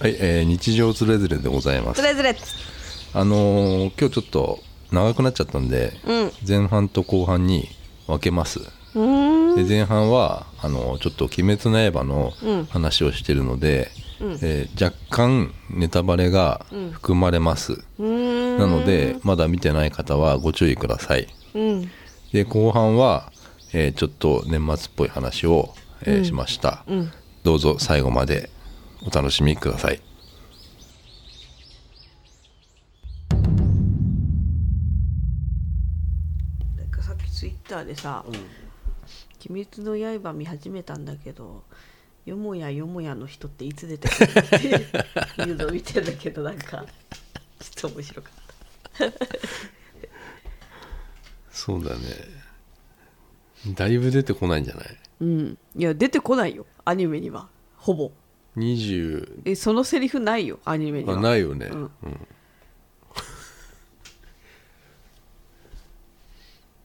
はい、えー日常つれづれでございまズす。レズレあのー今日ちょっと長くなっちゃったんで、うん前半と後半に分けます。うーんで前半はあのーちょっと「鬼滅の刃」の話をしてるので、えー若干ネタバレが含まれます。うーんなのでまだ見てない方はご注意ください。うんで後半は、えーちょっと年末っぽい話を、えーしました、どうぞ最後までお楽しみくださいなんかさっきツイッターでさ「鬼滅の刃」見始めたんだけど「よもやよもや」の人っていつ出てくるのっていうのを見てんだけどなんかちょっと面白かっそうだねだいぶ出てこないんじゃないたうんいや出てこないよアニメにはほぼ20えそのセリフないよアニメにあはないよね、うんうん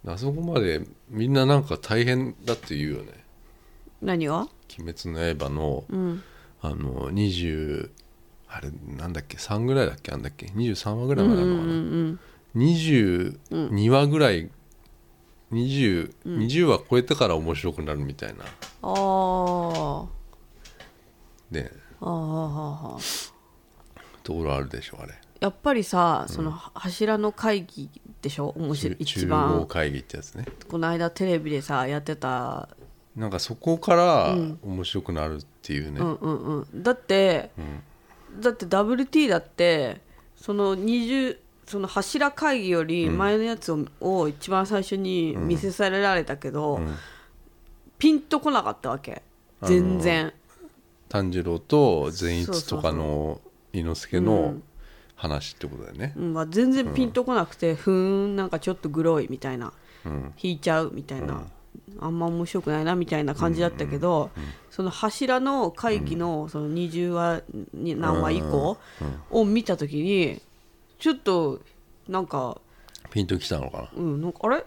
あそこまでみんななんか大変だって言うよね何が「鬼滅の刃の」うんあの20あれなんだっけ3ぐらいだっけあんだっけ23話ぐらいまであるのかな、うん22話ぐらい、20, 20話超えてから面白くなるみたいなあーねあーあーあーところあるでしょあれやっぱりさその柱の会議でしょ面白い一中央番会議ってやつねこの間テレビでさやってたなんかそこから面白くなるっていうね、うんうんうん、だって、だって WT だってその20その柱会議より前のやつを,、を一番最初に見せされられたけど、ピンとこなかったわけ全然、炭治郎と善逸とかそうの伊之助の話ってことだよね、うんまあ、全然ピンとこなくて、ふーんなんかちょっとグロいみたいな、引いちゃうみたいな、あんま面白くないなみたいな感じだったけど、その柱の会議のその20話に何話以降を見た時にちょっとなんか、ピンときたのかなうん、なんかあれ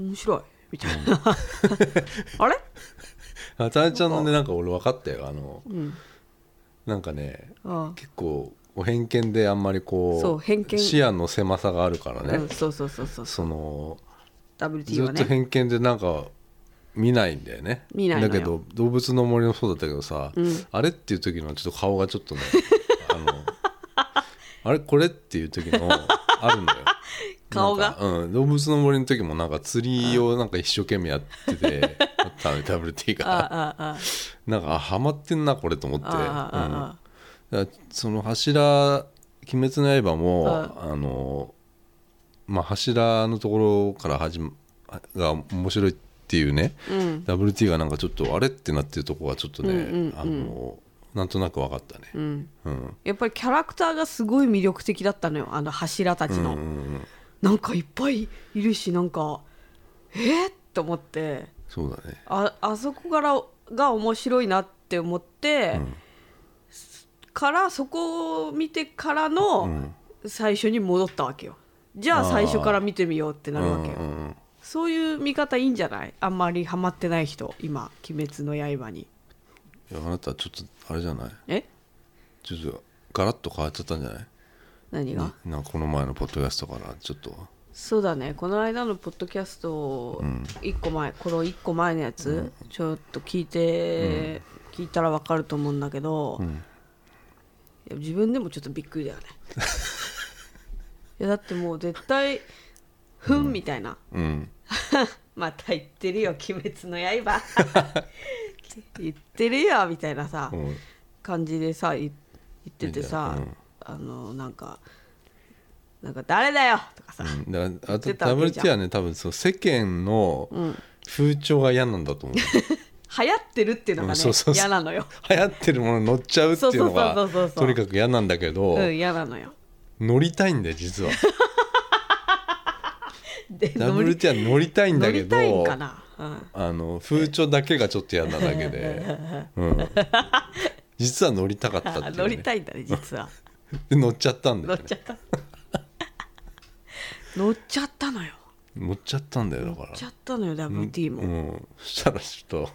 面白いみたいな、 あれあたねちゃんのねなんか俺分かったよあの、なんかねあ結構お偏見であんまりこうそう偏見視野の狭さがあるからあ、ね、うん、そうそうそうそうその WT ずはっとね偏見でなんか見ないんだよね見ないのよだけど動物の森もそうだったけどさ、あれっていう時のちょっと顔がちょっとね あのあれこれっていう時のあるんだよ 顔なんがかうん、動物の森の時もなんか釣りをなんか一生懸命やってて あったのに WT ああがああなんかあハマってんなこれと思ってああああだからその柱「鬼滅の刃も」うあのまあ、柱のところから始まが面白いっていうね、うん、 WT がなんかちょっとあれってなってるとこはちょっとね、うんうんうんあのなんとなく分かったね、うんうんやっぱりキャラクターがすごい魅力的だったのよあの柱たちの、うんうんなんかいっぱいいるしなんかえっ、と思ってそうだねああそこからが面白いなって思って、からそこを見てからの最初に戻ったわけよじゃああー最初から見てみようってなるわけよ、うんうんうんそういう見方いいんじゃないあんまりハマってない人今「鬼滅の刃に」いやあなたちょっとあれじゃないえちょっとガラッと変わっちゃったんじゃない何が、なんかこの前のポッドキャストからちょっとそうだねこの間のポッドキャスト1個前、この1個前のやつ、ちょっと聞いて、聞いたらわかると思うんだけど、いや自分でもちょっとびっくりだ よねいやだってもう絶対「ふん」みたいな うん「また言ってるよ鬼滅の 刃」言ってるよみたいなさ、うん感じでさい言っててさ、みんなうんあのなんか「なんか誰だよ!」とかさ、うんだからあと言ってたわけじゃん WT はね多分そう世間の風潮が嫌なんだ と思う、流行ってるっていうのうがねんそうそうそう嫌なのよ。流行ってるものに乗っちゃうっていうのそうそうそうそうがそうとにかく嫌なんだけど、うん嫌なのよ。乗りたいんだよ実 はで乗り WT は乗りたいん乗だけりどたいんかな。うんあの風潮だけがちょっと嫌なだけ で、うん、実は乗りたかったっていう、あね、 乗りたいんだね実は。で乗っちゃったんだ乗よ、っね、ちゃった。乗っちゃったのよ。乗っちゃったんだよだか乗っらちゃったのよ WT うも。ん、そしたらちょっと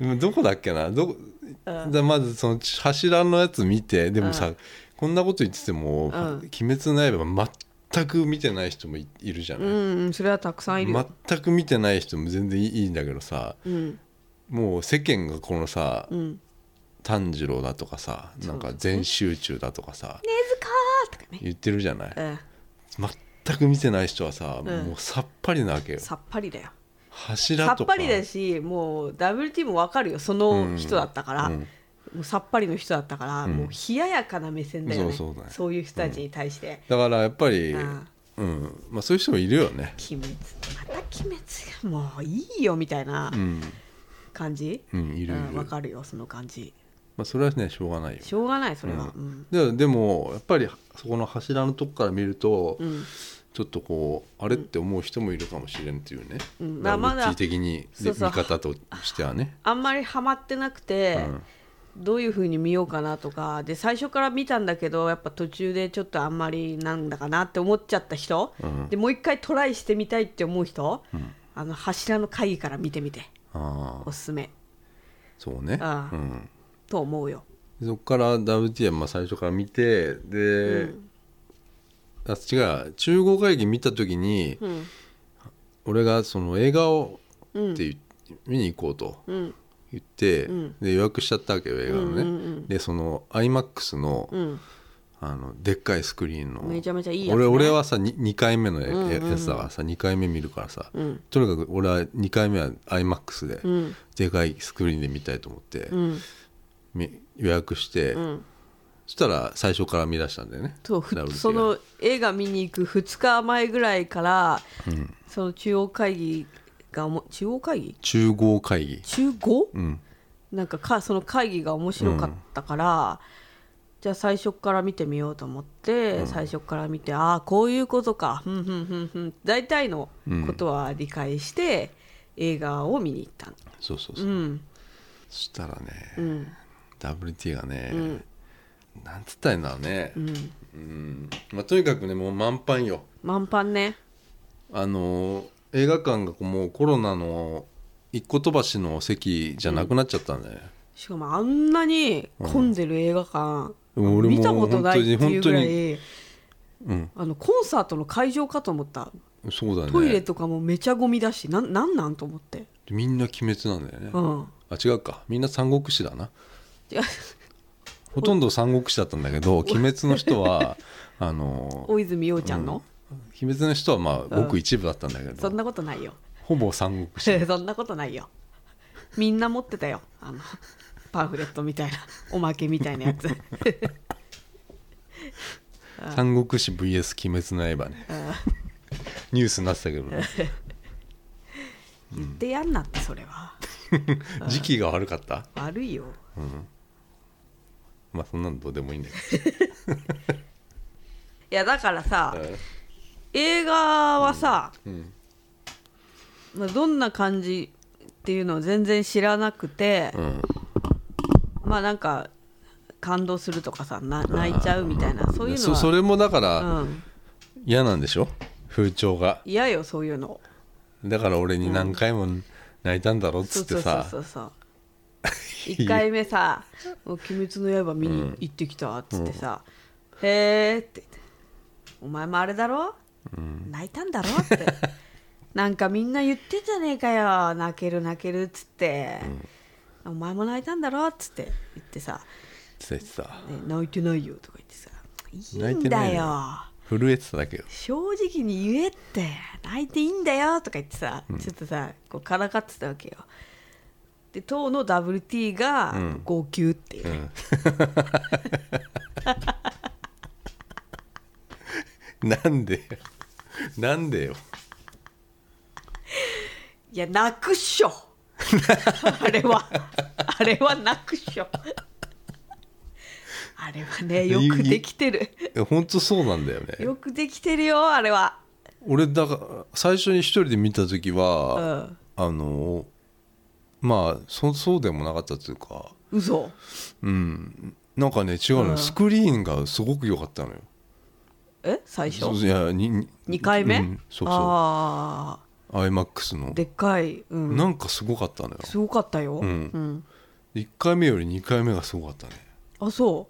今どこだっけなどこ、うんだまずその柱のやつ見てでもさ、うんこんなこと言ってても「鬼ん滅の刃」全く見てない人もいいるじゃうない、んそれはたくさんいるよ、全く見てない人も全然いいいいんだけどさうんもう世間がこのさうん炭治郎だとかさなんか全集中だとかさ根塚ーとかね、言ってるじゃないえ全く見てない人はさ、うんもうさっぱりなわけよえさっぱりだよさ柱っとぱかりだしもう WT も分かるよその人だったから、うんもうさっぱりの人だったから、もう冷ややかな目線だよねそうそうだねいう人たちに対してだからやっぱ「り、あうんまあ、そういう人もいるよねあ鬼滅また鬼滅もういいよ」みたいなうん、感じ、うん、いるいる、うんま分かるよその感じあ、それはねしょうがないよしょうがないそれは、うんででもやっぱりそこの柱のとこから見ると、うんちょっとこうあれって思う人もいるかもしれんっていうね、うんまあ、まあまだミッチー的にそうそう見方としてはねあんまりハマってなくて、どういう風に見ようかなとかで最初から見たんだけどやっぱ途中でちょっとあんまりなんだかなって思っちゃった人、うんでもう一回トライしてみたいって思う人、あの柱の会議から見てみてああおすすめそうね、あうあん、と思うよ。でそこから WT はまあ最初から見てで、あ違う中国会議見た時に、ん俺がその映画をって言う見に行こうとうん言って、んで予約しちゃったわけよ映画のね、うんうんでその IMAX の,、うん、あのでっかいスクリーンのめちゃめちゃいいやつね俺俺はさ 2, 回目のやんうんうんやつだからさ2回目見るからさ、うんとにかく俺は2回目は IMAX で、うんでかいスクリーンで見たいと思って、うんみ予約して、うん、そしたら最初から見出したんだよねそうふ WT がその映画見に行く2日前ぐらいから、その中央会議がおも中央会議中合会議中 5? うんなんかかその会議が面白かったから、じゃあ最初から見てみようと思って、最初から見てああこういうことかふんふんふんふん大体のことは理解して、映画を見に行ったのそうそうそうう、んそしたらね、うん WT がね、んなんつったらいいんだろうね、うんうんまあ、とにかくねもう満帆よ満帆ねあのー映画館がもうコロナの一個飛ばしの席じゃなくなっちゃったんだよね、しかもあんなに混んでる映画館、うん俺も見たことないっていうぐら本当いうんあのコンサートの会場かと思ったそうだねトイレとかもめちゃゴミだしなんなんなんと思ってみんな鬼滅なんだよね、うんあ違うかみんな三国志だ な違うほとんど三国志だったんだけど鬼滅の人 はあのー大泉洋ちゃんの、鬼滅の人はまあごく一部だったんだけど、そんなことないよ ほぼ三国志そんなことないよみんな持ってたよあのパンフレットみたいなおまけみたいなやつ三国志 VS 鬼滅の刃ねニュースになってたけどね言ってやんなってそれは時期が悪かった悪いよまあそんなのどうでもいいんだけいやだからさど映画はさ、うんまあどんな感じっていうのを全然知らなくて、うんまあなんか感動するとかさな泣いちゃうみたいなそういうのそはそれもだかうらん、嫌なんでしょ風潮が嫌よそういうのだから俺に何回も泣いたんだろっそつうってそうそうさそ うそう1回目さ「もう鬼滅の刃見に行ってきた」っつってさ「へえ」って言って「お前もあれだろ、泣いたんだろ?」 って「なんかみんな言ってんじゃねえかよ泣ける泣ける」っつって、お前も泣いたんだろ?」っつって言ってさ、つってさね泣いてないよ」とか言ってさ「いい泣いんてだないよよ震えてただけよ正直に言えって泣いていいんだよ」とか言ってさ、ちょっとさこうからかってたわけよ。で当の WT が号泣っていうね、なんでよなんでよいや泣くっ しょあれはあれは泣くっしょあれはねよくできてるいや本当そうなんだよねよくできてるよあれは俺だから最初に一人で見た時は、あのまあそそうでもなかったというか嘘うんなんかね違うのよ、うんスクリーンがすごく良かったのよえ最初そういやにに2回目、うんそうそうあ iMAX のでっかい、うん、なんかすごかったのよすごかったよ、うんん1回目より2回目がすごかったねあそ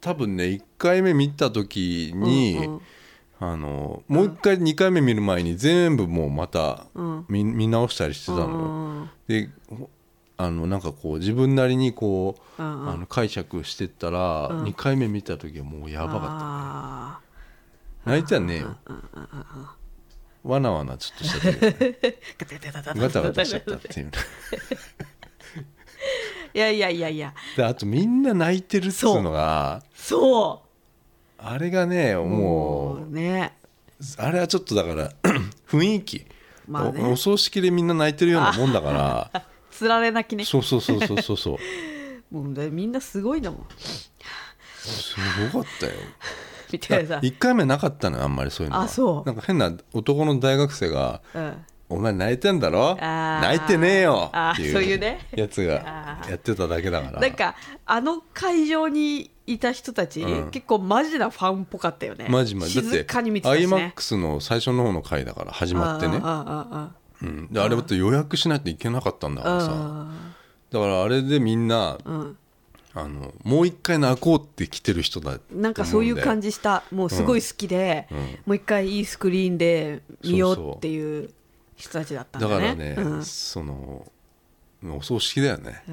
多分ね1回目見た時うに、うんあのもう1回2回目見る前に全部もうまたうん見見直したりしてうたんのよ、でほあのなんかこう自分なりにこう、うんうんあの解釈してったら、うん2回目見た時はもうやばかっかった泣いてはねえよわなわなちょっとしたけどたガタガタガタガタガタしちゃったって いうねいやいやいやいやであとみんな泣いてるっつうのがそあれがねうもうねあれはちょっとだから 雰囲気、まあねおお葬式でみんな泣いてるようなもんだからつられ泣きねそうそうそうそうそうそう もうねみんなすごいん だもんすごかったよみたいなさ、 1回目なかったのよあんまりそういうのはあそうなんか変な男の大学生がうん、お前泣いてんだろあー泣いてねえよあーってそういいうねやつがあーやってただけだからなんかあの会場にいた人たち、うん結構マジなファンっぽかったよねマジマジだって静かに見てたしね iMAX の最初の方の回だから始まってねあああうんであれだって予約しないといけなかったんだかああらさだからあれでみんなあうんあのもう一回泣こうって来てる人だなんかそういう感じじしたもうすごい好きで、うんもう一回いいスクリーンで見ようっていう人たちだったんだだねからねうんそのお葬式だよ ね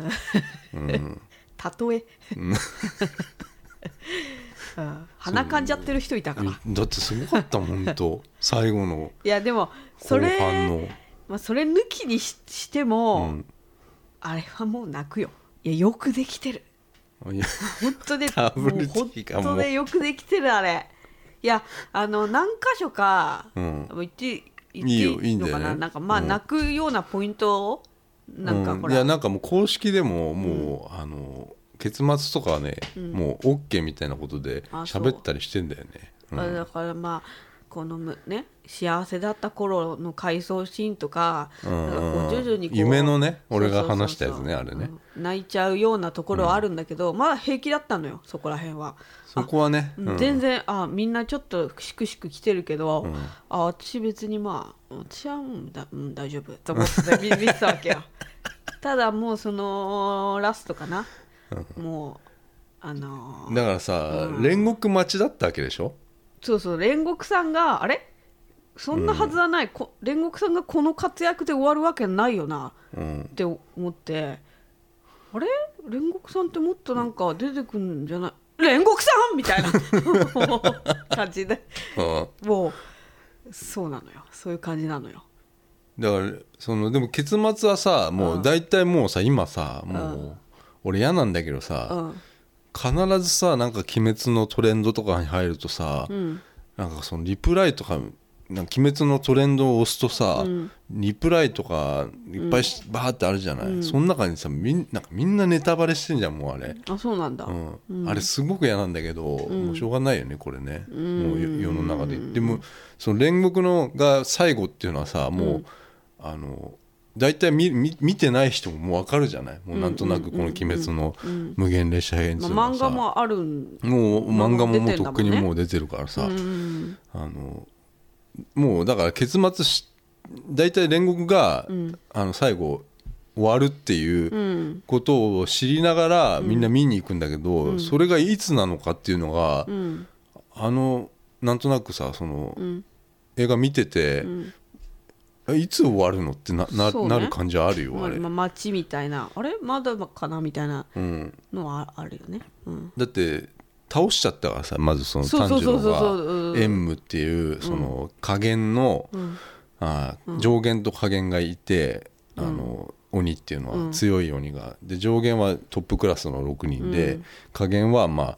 例え うん鼻かんじゃってる人いたからいだってすごかったもん本当最後のやでもそ後れ半のまあ、それ抜きにししても、あれはもう泣くよいやよくできてるうんいや本当ね ダブルもう T が本もう当ねよくできてるあれいやあの何箇所か、うん言って言いいよっていいのかいいんだなよねなんかまあ、うん泣くようなポイントを なんかうんほいら、やなんかもう公式でももう、あの結末とかはね、もう OK みたいなことであそう喋ったりしてんだよね、うんあだからまあこのむね幸せだった頃の回想シーンとか,、うんなんかこう徐々にこう夢のねそうそう俺そうが話したやつねあれね、うん泣いちゃうようなところはあるんだけど、まあ平気だったのよそこら辺は。そこはね、うんうん全然あみんなちょっとしくしく来てるけど、あ私別にまあ私はもうだ、うん、大丈夫と思って 見見てたわけよただもうそのラストかなもうあのーだからさ、煉獄待ちだったわけでしょそうそう煉獄さんがあれそんなはずはない、こ煉獄さんがこの活躍で終わるわけないよなうんって思ってあれ煉獄さんってもっとなんか出てくんじゃない煉獄さんみた いな感じで。うんもうそうなのよそういう感じなのよだからそのでも結末はさもう大体もうさ今さもう、俺嫌なんだけどうさ、ん必ずさなんか「鬼滅」のトレンドとかに入るとさ、うんなんかそのリプライとか「なんか鬼滅」のトレンドを押すとさ、リプライとかいっぱいし、バーってあるじゃない、その中にさみんなんかみんなネタバレしてんじゃんもうあれ、あそうなんだ、うんあれすごく嫌なんだけど、もうしょうがないよねこれね、もうよ世の中ででもその煉獄のが最後っていうのはさもう、あの大体見見見てない人ももう分かるじゃないもうなんとなくこの「鬼滅」の無限列車編っていうのまあ、は漫さ、画もあるんもう漫画ももうとっくに出てんだもんねもう出てるからさ、うんあのもうだから結末し大体煉獄が、あの最後終わるっていううんことを知りながら、みんな見に行くんだけど、それがいつなのかっていうのが、うんあのなんとなくさその、ん映画見てて、えいつ終わるのってなな,、そうねなる感じはあるよまああれ、まあ、街みたいなあれまだかなみたいなうん、のはあるよね、うん、だって倒しちゃったからさまずそのそうそ炭う治そう郎そうがうん縁武っていうその加減の、あー上限と下限がいて、あの鬼っていうのは強い鬼が、で上限はトップクラスの6人で、下限はまあ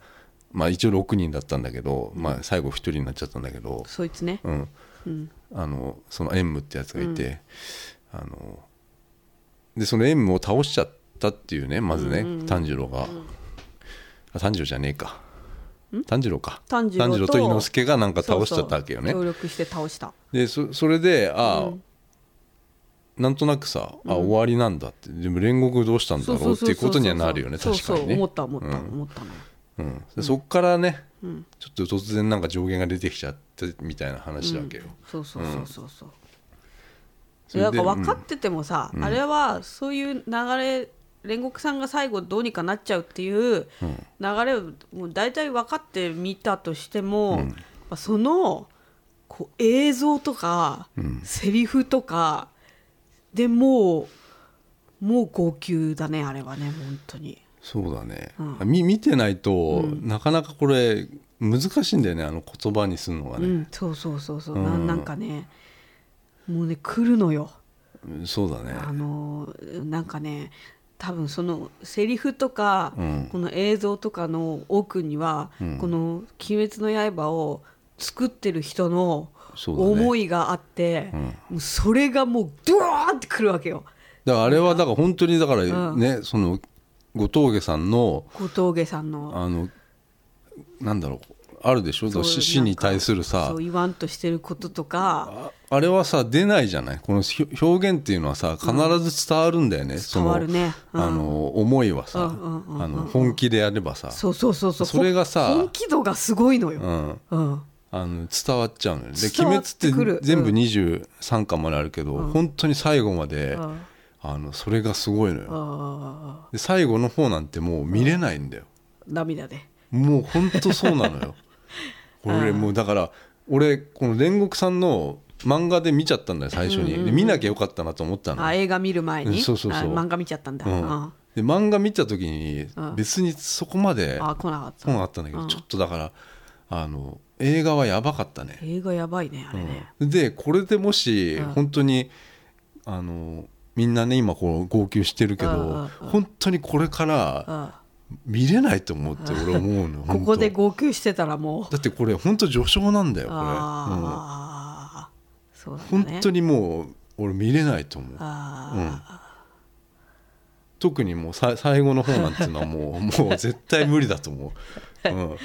まあ一応6人だったんだけど、まあ、最後1人になっちゃったんだけど、そいつねうん、うんあのその縁武ってやつがいて、あのでその縁武を倒しちゃったっていうねまずね、炭治郎が、あ炭治郎じゃねえか炭治郎か炭治郎と伊之助がなんか倒しちゃったわけよねそうそう協力して倒したでそそれでああ、なんとなくさあ終わりなんだってでも煉獄どうしたんだそうろそううってそいうそううことにはなるよね確かそうにそうね思った思った、うん思ったのようん、でそっからね、ちょっと突然なんか上限が出てきちゃってみたいな話だわけよ、そうそうそうそうそう、それなんでか分かっててもさ、あれはそういう流れ煉獄さんが最後どうにかなっちゃうっていう流れをもう大体分かって見たとしても、やっぱそのこう映像とか、セリフとかでもうもう号泣だねあれはね本当にそうだね、み見てないと、なかなかこれ難しいんだよねあの言葉にするのがうね、んそうそうそうそう、うんななんかねもうね来るのよそうだねあのなんかね多分そのセリフとか、うんこの映像とかの奥には、この「鬼滅の刃」を作ってる人のそうだね思いがあってそ,、それがもうドワーってくるわけよだからあれはだから本当にだからうんね、その後峠さんの小峠さんのあのなんだろうあるでしょだからそう死死に対するなんかさそう言わんとしてることとかああれはさ出ないじゃないこのひょ表現っていうのはさ必ず伝わるんだよね、そ伝のわるねうんあの思いはさ、うんうんうんうんあの本気でやればさ、そうそうそうそうそれがさほん本気度がすごいのうよ、ん、うんあの伝わっちゃうのよで「伝わ鬼っ滅」っててくる全部うん23巻まであるけど、本当に最後まで、うんあのそれがすごいのよ、あで最後の方なんてもう見れないんだよ、ー涙でもう本当そうなの よ俺もうだから俺この煉獄さんの漫画で見ちゃったんだよ最初に、で見なきゃよかったなと思ったの、あ映画見る前うにんそうそうそうあ漫画見ちゃったんだ、うんあで漫画見た時にん別にそこまであ来なかった本あったんだけど、ちょっとだからあの映画はやばかったね、映画やばいねあれね、でこれでもしうん本当に、あのみんなね今こう号泣してるけど、うんうんうん本当にこれからあ見れないと思うって俺思うの ここで本号泣してたらもう当だってこれ本当序章なんだよこれ、うんああ、そうなんだね本当にもう俺見れないと思うあ特にもうさ最後の方なんていうのはもう もう絶対無理だと思う、うん、ー、い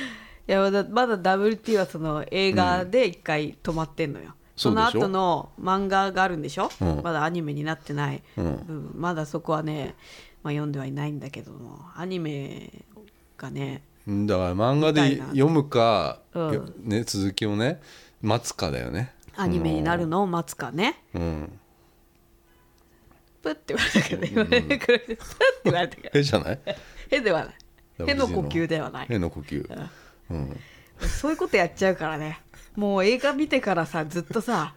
やまだまだ WT はその映画で一回止まってんのよ、そそうでしのょ後の漫画があるんでしょ、うんまだアニメになってない部うん分、まだそこはね、まあ、読んではいないんだけどもアニメがねうんだから漫画見たいでな読むか、うんよね、続きをね待つかだよねアニメになるのを待つかねうんプッて言われたけどね言われるくらいでプッて言われ たけどえじゃないへではないだかへらの呼吸ではない目の呼吸うんそういうことやっちゃうからねもう映画見てからさずっとさ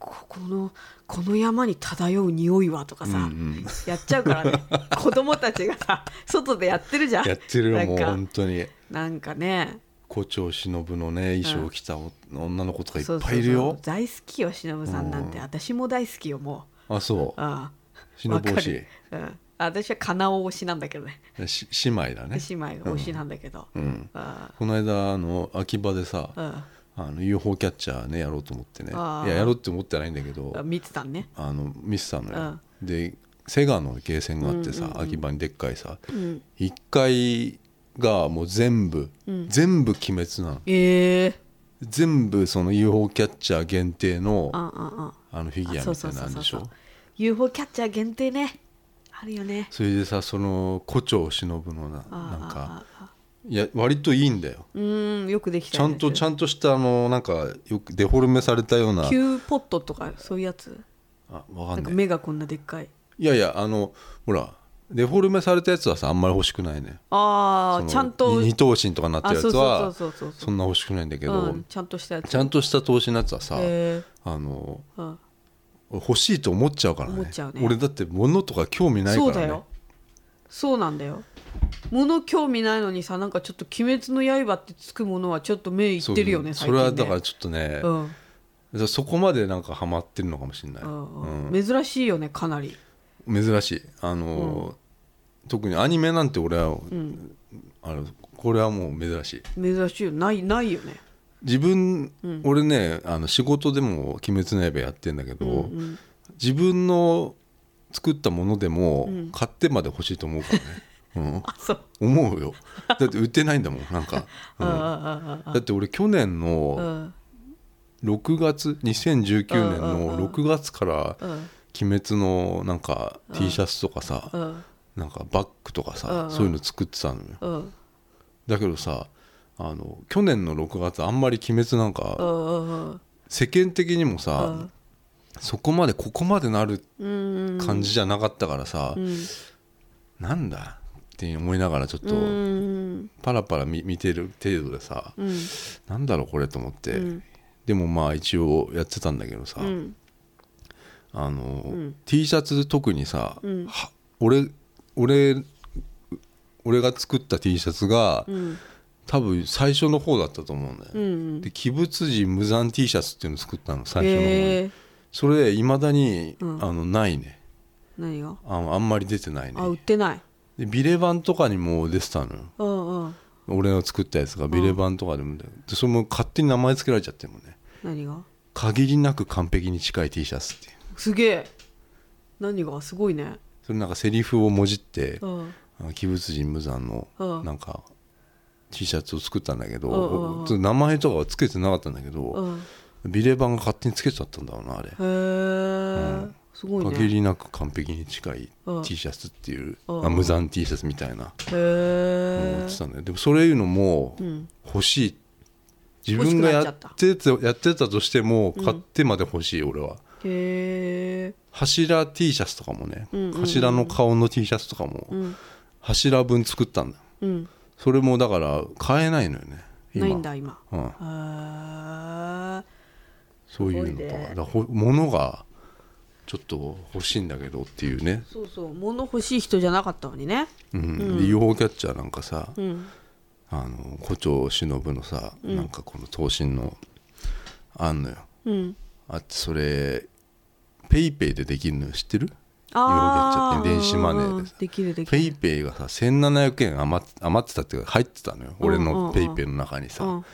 ここのこの山に漂う匂いはとかさ、うんやっちゃうからね子供たちがさ外でやってるじゃんやってるなよんもうか本当になんかね胡蝶忍のね衣装を着たお女の子とかいそうっそぱうそういいるよ大好きよ忍さんなんて、う私も大好きよも、あそううん、忍わかる推し、うん、私はかなお推しなんだけどねし姉妹だね姉妹推しなんだけど、うんあこの間あの秋葉でさ、うんあの UFO キャッチャーねやろうと思ってねいあやーやろうって思ってないんだけどあ見てたんねあのミスさんのよ、でセガのゲーセンがあってさ、秋葉にでっかいさ、一1階がもう全部、全部鬼滅なのええー、全部その UFO キャッチャー限定のうんうんうんあのフィギュアみたいなのあるんでしあそうそうそうそうょ UFO キャッチャー限定ねあるよねそれでさその胡蝶忍のなあーなんかあーあいや割といいんだよーうーんよくできたちゃんとちゃんんとしたあのなんかよくデフォルメされたようなキューポットとかそういうやつあわなかんんかない目がこんなでっかいいやいやあのほらデフォルメされたやつはさあんまり欲しくないねあそあのちゃんとに二等身とかになってるやつあはそうそうそうそうそうそんな欲しくないんだけど、うん、ちゃんとしたやつちゃんとした投資のやつはさ、へあのーうん欲しいと思っちゃうからね思っちゃうね俺だって物とか興味ないからそねうだよそうなんだよ物興味ないのにさなんかちょっと「鬼滅の刃」ってつくものはちょっと目いってるよねそ最うそ近ねれはだからちょっとね、うんそこまでなんかハマってるのかもしれない、うんうん、珍しいよねかなり珍しいあの、特にアニメなんて俺は、あのこれはもう珍しい珍しいよないないよね自分、俺ねあの仕事でも「鬼滅の刃」やってんだけど、自分の作ったものでも、買ってまで欲しいと思うから ね、あそううん、思うよだって売ってないん だもんなんか、うんああああだって俺去年のうん6月2019年の6月から「うん鬼滅」のなんか T シャツとかさ、うんなんかバッグとかうんさ、うんそういうの作ってたのよ、うんだけどさあの去年の6月あんまり「鬼滅」なんかうんうん世間的にもさ、うんそこまでここまでなるうん感じじゃなかったからさ、うんなんだって思いながらちょっとうんパラパラ見見てる程度でさ、うんなんだろうこれと思って、うんでもまあ一応やってたんだけどさ、うんあの、うん T シャツ特にさ、うんは俺俺俺が作った T シャツが、うん多分最初の方だったと思うんだよ、うねんで鬼仏寺無残 T シャツっていうの作ったの最初の方に、えーそれいまだに、うんあのないね何があのあんまり出てないねあ売ってないでビレ版とかにも出てたのようんうん俺の作ったやつがビレ版とかでも出て、でそれも勝手に名前付けられちゃってるもんね何が限りなく完璧に近い T シャツっていうすげえ何がすごいねそれなんかセリフをもじって、うんあの鬼仏神無惨のうんなんか T シャツを作ったんだけど、うんうんうんちょっと名前とかは付けてなかったんだけど、うんへビレ版が勝手に付けちゃったんだろうなあれ、えすごいね限りなく完璧に近いうん T シャツっていう、うんあ無惨 T シャツみたいなへ思っえてたんだよでもそういうのもうん欲しい自分が欲しくなっちやゃってったてやってたとしても買ってまで欲しい俺はへえ柱 T シャツとかもね、うんうんうん柱の顔の T シャツとかも、うん柱分作ったんだようんそれもだから買えないのよね今ないんだ今うん、へえそういうのすごいとかねだからほ物がちょっと欲しいんだけどっていうね、そうそう物欲しい人じゃなかったのにねうんうんで UFO キャッチャーなんかさ、うんあの胡蝶忍のさ、うんなんかこの刀身のあんのようんあってそれペイペイでできるのよ知ってるあよあくやっちゃって電子マネーでさできるできペるイペイがさ1700円余っ余ってたっていうか入ってたのようん俺のペイペイの中にさ、うん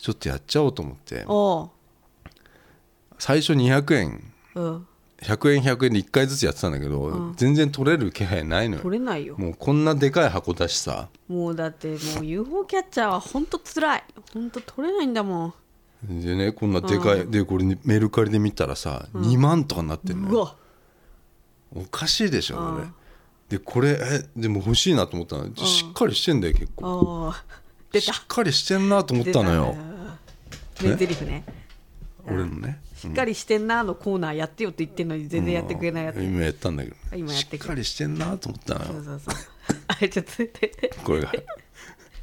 ちょっとやっちゃおうと思ってお最初200円ううん100円100円で1回ずつやってたんだけど、うん全然取れる気配ないのよ取れないよもうこんなでかい箱だしさもうだってもう UFO キャッチャーはほんとつらいほんと取れないんだもんでねこんなでかい、でこれにメルカリで見たらさ、2万とかになってんのうよわおかしいでしょうんこれ、でこれえでも欲しいなと思ったの、しっかりしてんだよ結構ああ出したっかりしてんなと思ったのよ出たね名台詞ね俺のねしっかりしてんなのコーナーやってよって言ってんのに全然やってくれないやつ、今やったんだけあど今やっしってくれかりしてんなと思ったのそうよそうそうあれちょっと出てこれが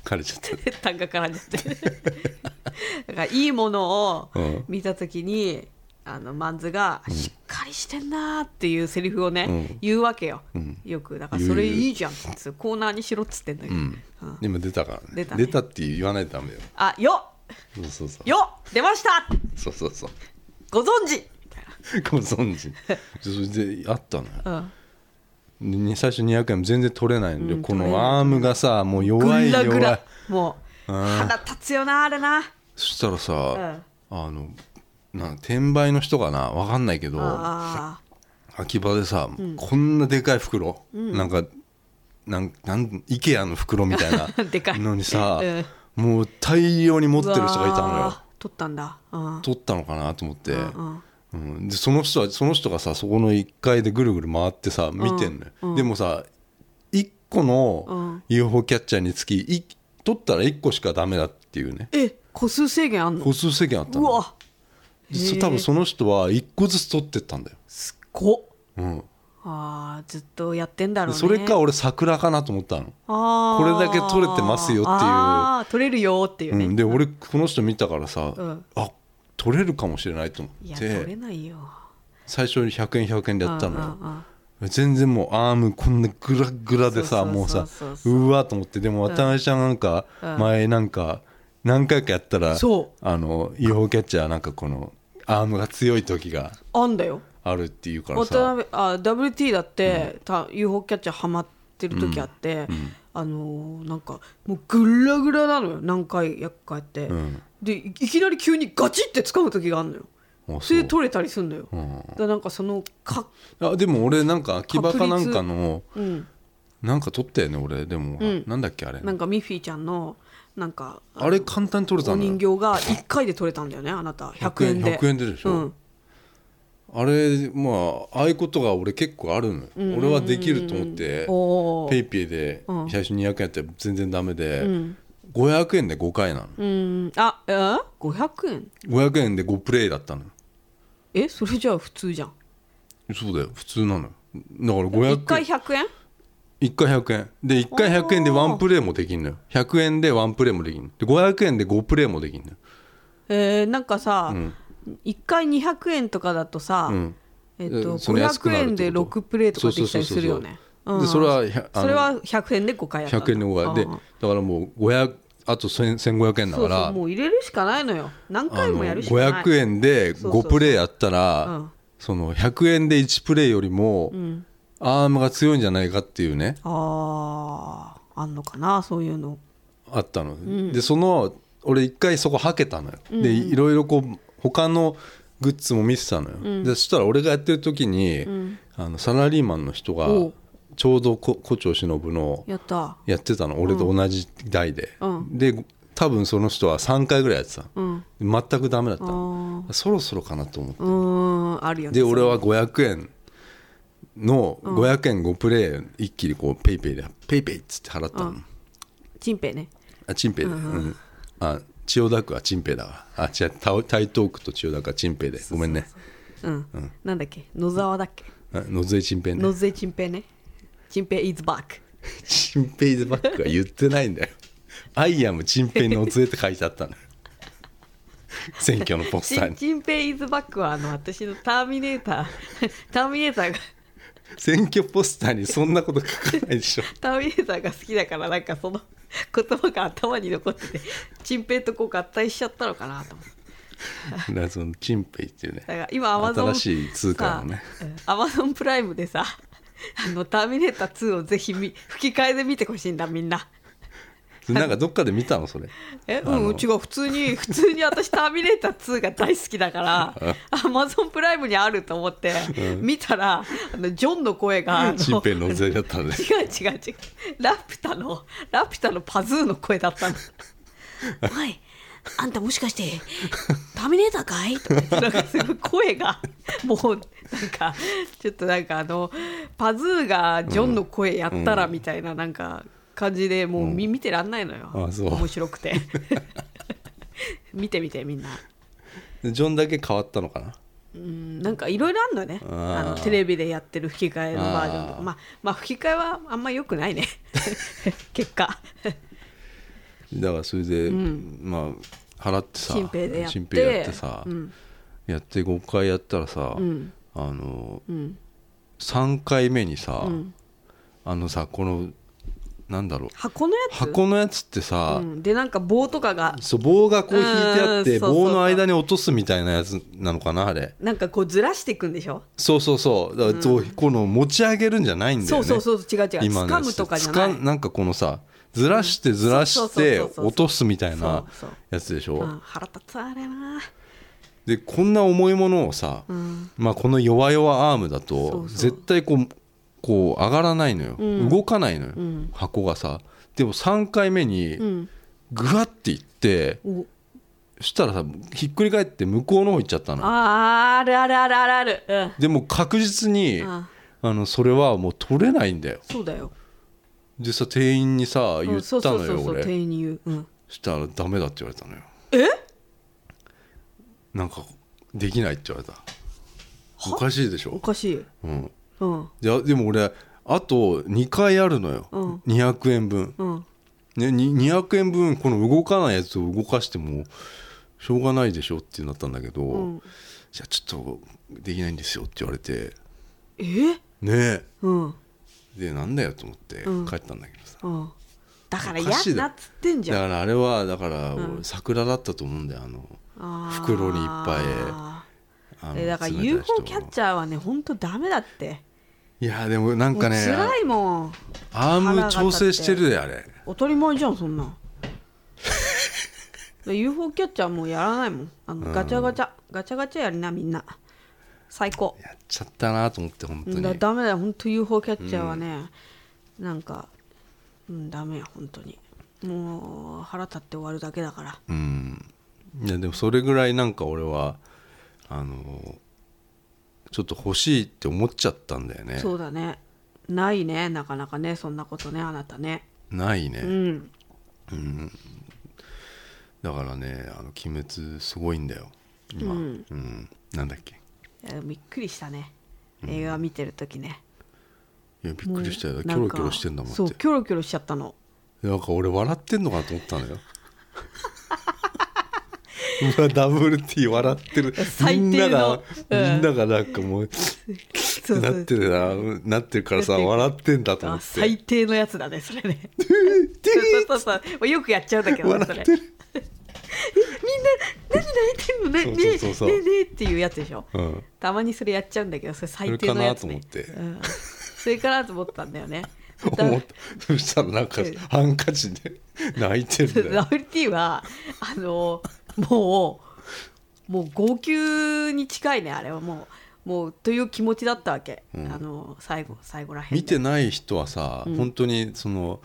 枯れちゃった 単価から始まってだからいいものをうん見た時に、あのマンズが「しっかりしてんな」っていうセリフをね、うん言うわけよ、うんよくだから言うそれいいじゃんっつってコーナーにしろっつってんだけど、うんうん今出たからね出たねって言わないとダメよあよそうそうそうよ出ましたそうそうそうご存知みたいご存知それであったのよな、うんに最初200円も全然取れないんで、うんこ取れないのアームがさもう弱いぐら弱いぐらもううん腹立つよなあれなそしたらさ、あのな転売の人かな分かんないけどあ秋葉でさ、こんなでかい袋、なんかなんなんイケアの袋みたいな でかいのにさ、うんもう大量に持あってる人がいたのよ取ったんだうん取ったのかなと思って、うんうん、でその人はその人がさそこの1階でぐるぐる回ってさ見てんのよ、うんでもさ1個うのん UFO キャッチャーにつきい取ったら1個しかダメだっていうねえ個数制限あんの個数制限あったうのわでへそえ多分その人は1個ずつ取ってったんだよ、すっごうん、あーずっとやってんだろでうそねれか俺桜かなと思ったの、あーこれだけ取れてますよっていうあー取れるよっていううね、ん、で俺この人見たからさ、うんあ取れるかもしれないと思いやっ取れてないよ最初に100円100円でやったのよ、うんうんうん全然もうアームこんなグラグラでさそうそうそうもうさそうそううわーと思ってでも渡辺ちゃんなんかうん前なんか何回かやったらそあの UFO キャッチャーなんかこのアームが強い時があんだよあるっていうから渡さ辺あ WT だって、た UFO キャッチャーハマってる時あって、あのーなんかもうぐらぐらなのよ何回やっかやって、んでいいきなり急にガチって掴む時があるのよあそうそれで取れたりするのよ、んだからなんかそのかあでも俺なんか秋葉かなんかのうんなんか撮ったよね俺でも、んなんだっけあれなんかミッフィーちゃんのなんかあれ簡単に撮れたおの人よ形が1回で取れたんだよねあ なた100 100円円で100円ででしょうん、あれまあああいうことが俺結構あるのよ俺はできると思っておーペイペイでうん最初200円やったら全然ダメで、ん500円で5回なのうんあえ500円500円で5プレイだったのえそれじゃあ普通じゃんそうだよ普通なのよだから500円1回100円1回100円で1回100円でワンプレーもできんのよ100円でワンプレーもできんので500円で5プレーもできんのよえー、なんかさ、ん1回200円とかだとさ、んえっと、えそれ安く500なる円ってことで6プレーとかできたりするよねそううそうそうそうんでそれはあのそれは100円で5回やった100円の5 0でだからもう500あと1000 1500円だそかうそうらもう入れるしかないのよ何あ回のもやるしかない500円でそうそう5そうプレーやったうらんその100円で1プレーよりもうん、アームが強いんじゃないかっていうねあーあんのかなそういうのあったの、でその俺一回そこはけたのよ、でいろいろこう他のグッズも見てたのよ、でそしたら俺がやってる時に、あのサラリーマンの人がおうちょうどこ胡蝶忍のやったやってたの俺と同じ代で、うんで多分その人は3回ぐらいやってたうんの全くダメだったあのーそろそろかなと思ってうーんあるよねで俺はは500円の500円5プレー一気にこうペイペイでペイペイっつって払ったの、チンペイねあチンペイで、うん、あ千代田区はチンペイだわあ違う台台東区と千代田区はチンペイでごめんねうん、なんだっけ野沢だっけあ野添チンペイ野ね勢チンペイねチンペイ is back チンペイでばっか言ってないんだよ「アイアムチンペイ野添」って書いてあ ったのよ選挙のポスチターンにチンペイ is back はあの私のターミネーター ターミネーターが選挙ポスターにそんなこと書かないでしょ ターミネーターが好きだからなんかその 言葉が頭に残っててチンペイとこう合体しちゃったのかなと思っだてからそのチンペイっていうねだから今アマゾン新しい通貨のねアマゾンプライムでさ あのターミネーター2をぜひ見吹き替えで見てほしいんだみんななんかどっかで見たの それえあうんの違う普通 に普通に私「ターミネーター2」が大好きだからアマゾンプライムにあると 思って、見たらあのジョンの声があのチンペイ野添だったのね 違う違う違うラピュタのラピュタのパズーの声だったのおいあんたもしかしてターミネーターかいとか言ってなんかすごい声がもうなんかちょっとなんかあのパズーがジョンの声やったらみたいななんか感じでもう見,、見てらんないのよあそう面白くて 見てみてみんなでジョンだけ変わったのかなうんなんかいろいろあるのよねあーあのテレビでやってる吹き替えのバージョンとかあーまあまあ吹き替えはあんま良くないね 結果だからそれで、まあ払ってさ新兵でやって新兵やってさ、うんやって5回やったらさ、うんあのうん3回目にさ、うんあのさこのなんだろう箱のやつ箱のやつってさ、うん、でなんか棒とかがそう棒がこう引いてあって、うんそうそうそう棒の間に落とすみたいなやつなのかなあれなんかこうずらしていくんでしょ、そうそうそうだからそう、この持ち上げるんじゃないんだよそうねそうそう違う違う今掴のやむつとかじゃない掴んなんかこのさずらしてずらそうしそうそうてそうそう落とすみたいなそうそうやつでしょ、うん、腹立つわあれなでこんな重いものをさ、んまあ、この弱々アームだそとうそう絶対こうこう上がらないのよ、うん動かないのよ、うん箱がさでも3回目うにんグワッていって、おそしたらさひっくり返って向こうの方行っちゃったのあーあるあるあるあるあるうんでも確実にああのそれはもう取れないんだよそうだよでさ店員にさうん言っそうたそうのそうよそう店俺員に言う、うん、そしたらダメだって言われたのよえなんかできないって言われたおかしいでしおょ、かしいうん、うんいやでも俺あと2回あるのよ、うん200円分、うんね、に200円分この動かないやつを動かしてもしょうがないでしょってなったんだけど、うんじゃあちょっとできないんですよって言われてえねうんえでなんだよと思ってうん帰ったんだけどさ、うんだからおか嫌しいだなっつってんじだゃんからあれはだから俺うん桜だったと思うんだよあのあー袋にいっぱあのえだから詰めた人 UFO キャッチャーはねほんとダメだっていやでもなんもうかね辛いもんア腹ーがム立って調整してるであれ当たり前じゃんそんなん で UFO キャッチャーもうやらないもんあのガチャガチャ、ガチャガチャやりなみんな最高やっちゃったなと思って本当にだダメだよ本当 UFO キャッチャーはね、なんか、うん、ダメよ本当にもう腹立って終わるだけだからうん、いやでもそれぐらいなんか俺はあのちょっと欲しいって思っちゃったんだよねそうだねないねなかなかねそんなことねあなたねないね、うんだからね「あの鬼滅」すごいんだよ今、うんなんだっけいやびっくりしたね映画見てる時ね、いやびっくりしたよもうキョロキョロしてんだもんってそうキョロキョロしちゃったのなんか俺笑ってんのかなと思ったのよ うわ WT 笑ってるみ最んな低がの、うんみんながなんかもうそうなってるななってるからさなってる笑ってんだと思あって笑最低のやつだねそれねて そうそうそうそうよくやっちゃうんだけどねそれってる何泣いてんのねそうそうそうそうねねねねっていうやつでしょ、うんたまにそれやっちゃうんだけどそれ最低のやつ、ね、それかなとうん、それかなと思ったんだよね 思ったそしたらなんかうんハンカチで泣いてる んだよ WT はあのもうもう号泣に近いねあれはもうもうという気持ちだったわけ、あの最後最後らへん見てない人はさ、本当にその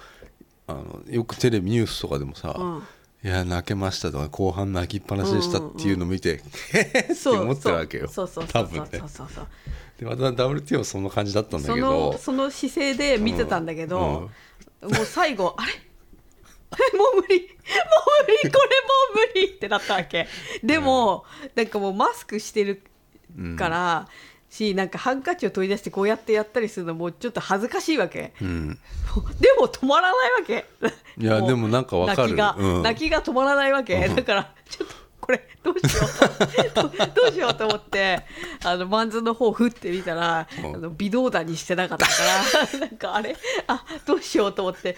あのよくテレビニュースとかでもさ「うんいや泣けました」とか後半泣きっぱなしでしたっていうのを見て「へ、へ、って思ってるわけよそうそうそ多うそ分うねそうそうそうでまた WT はそんな感じだったんだそけのどその姿勢で見てたんだけど、もう最後あれ えもう無理もう無理これもう無理ってなったわけでも、なんかもうマスクしてるから、しなんかハンカチを取り出してこうやってやったりするのもちょっと恥ずかしいわけ、うん、もう でも止まらないわけいやもうでもなんかわかる泣きが、うん泣きが止まらないわけ、だから ちょっとこれどうしようど どうしようと思ってあのマンズの方振ってみたら、うんあの微動だにしてなかったから なんかあれあどうしようと思って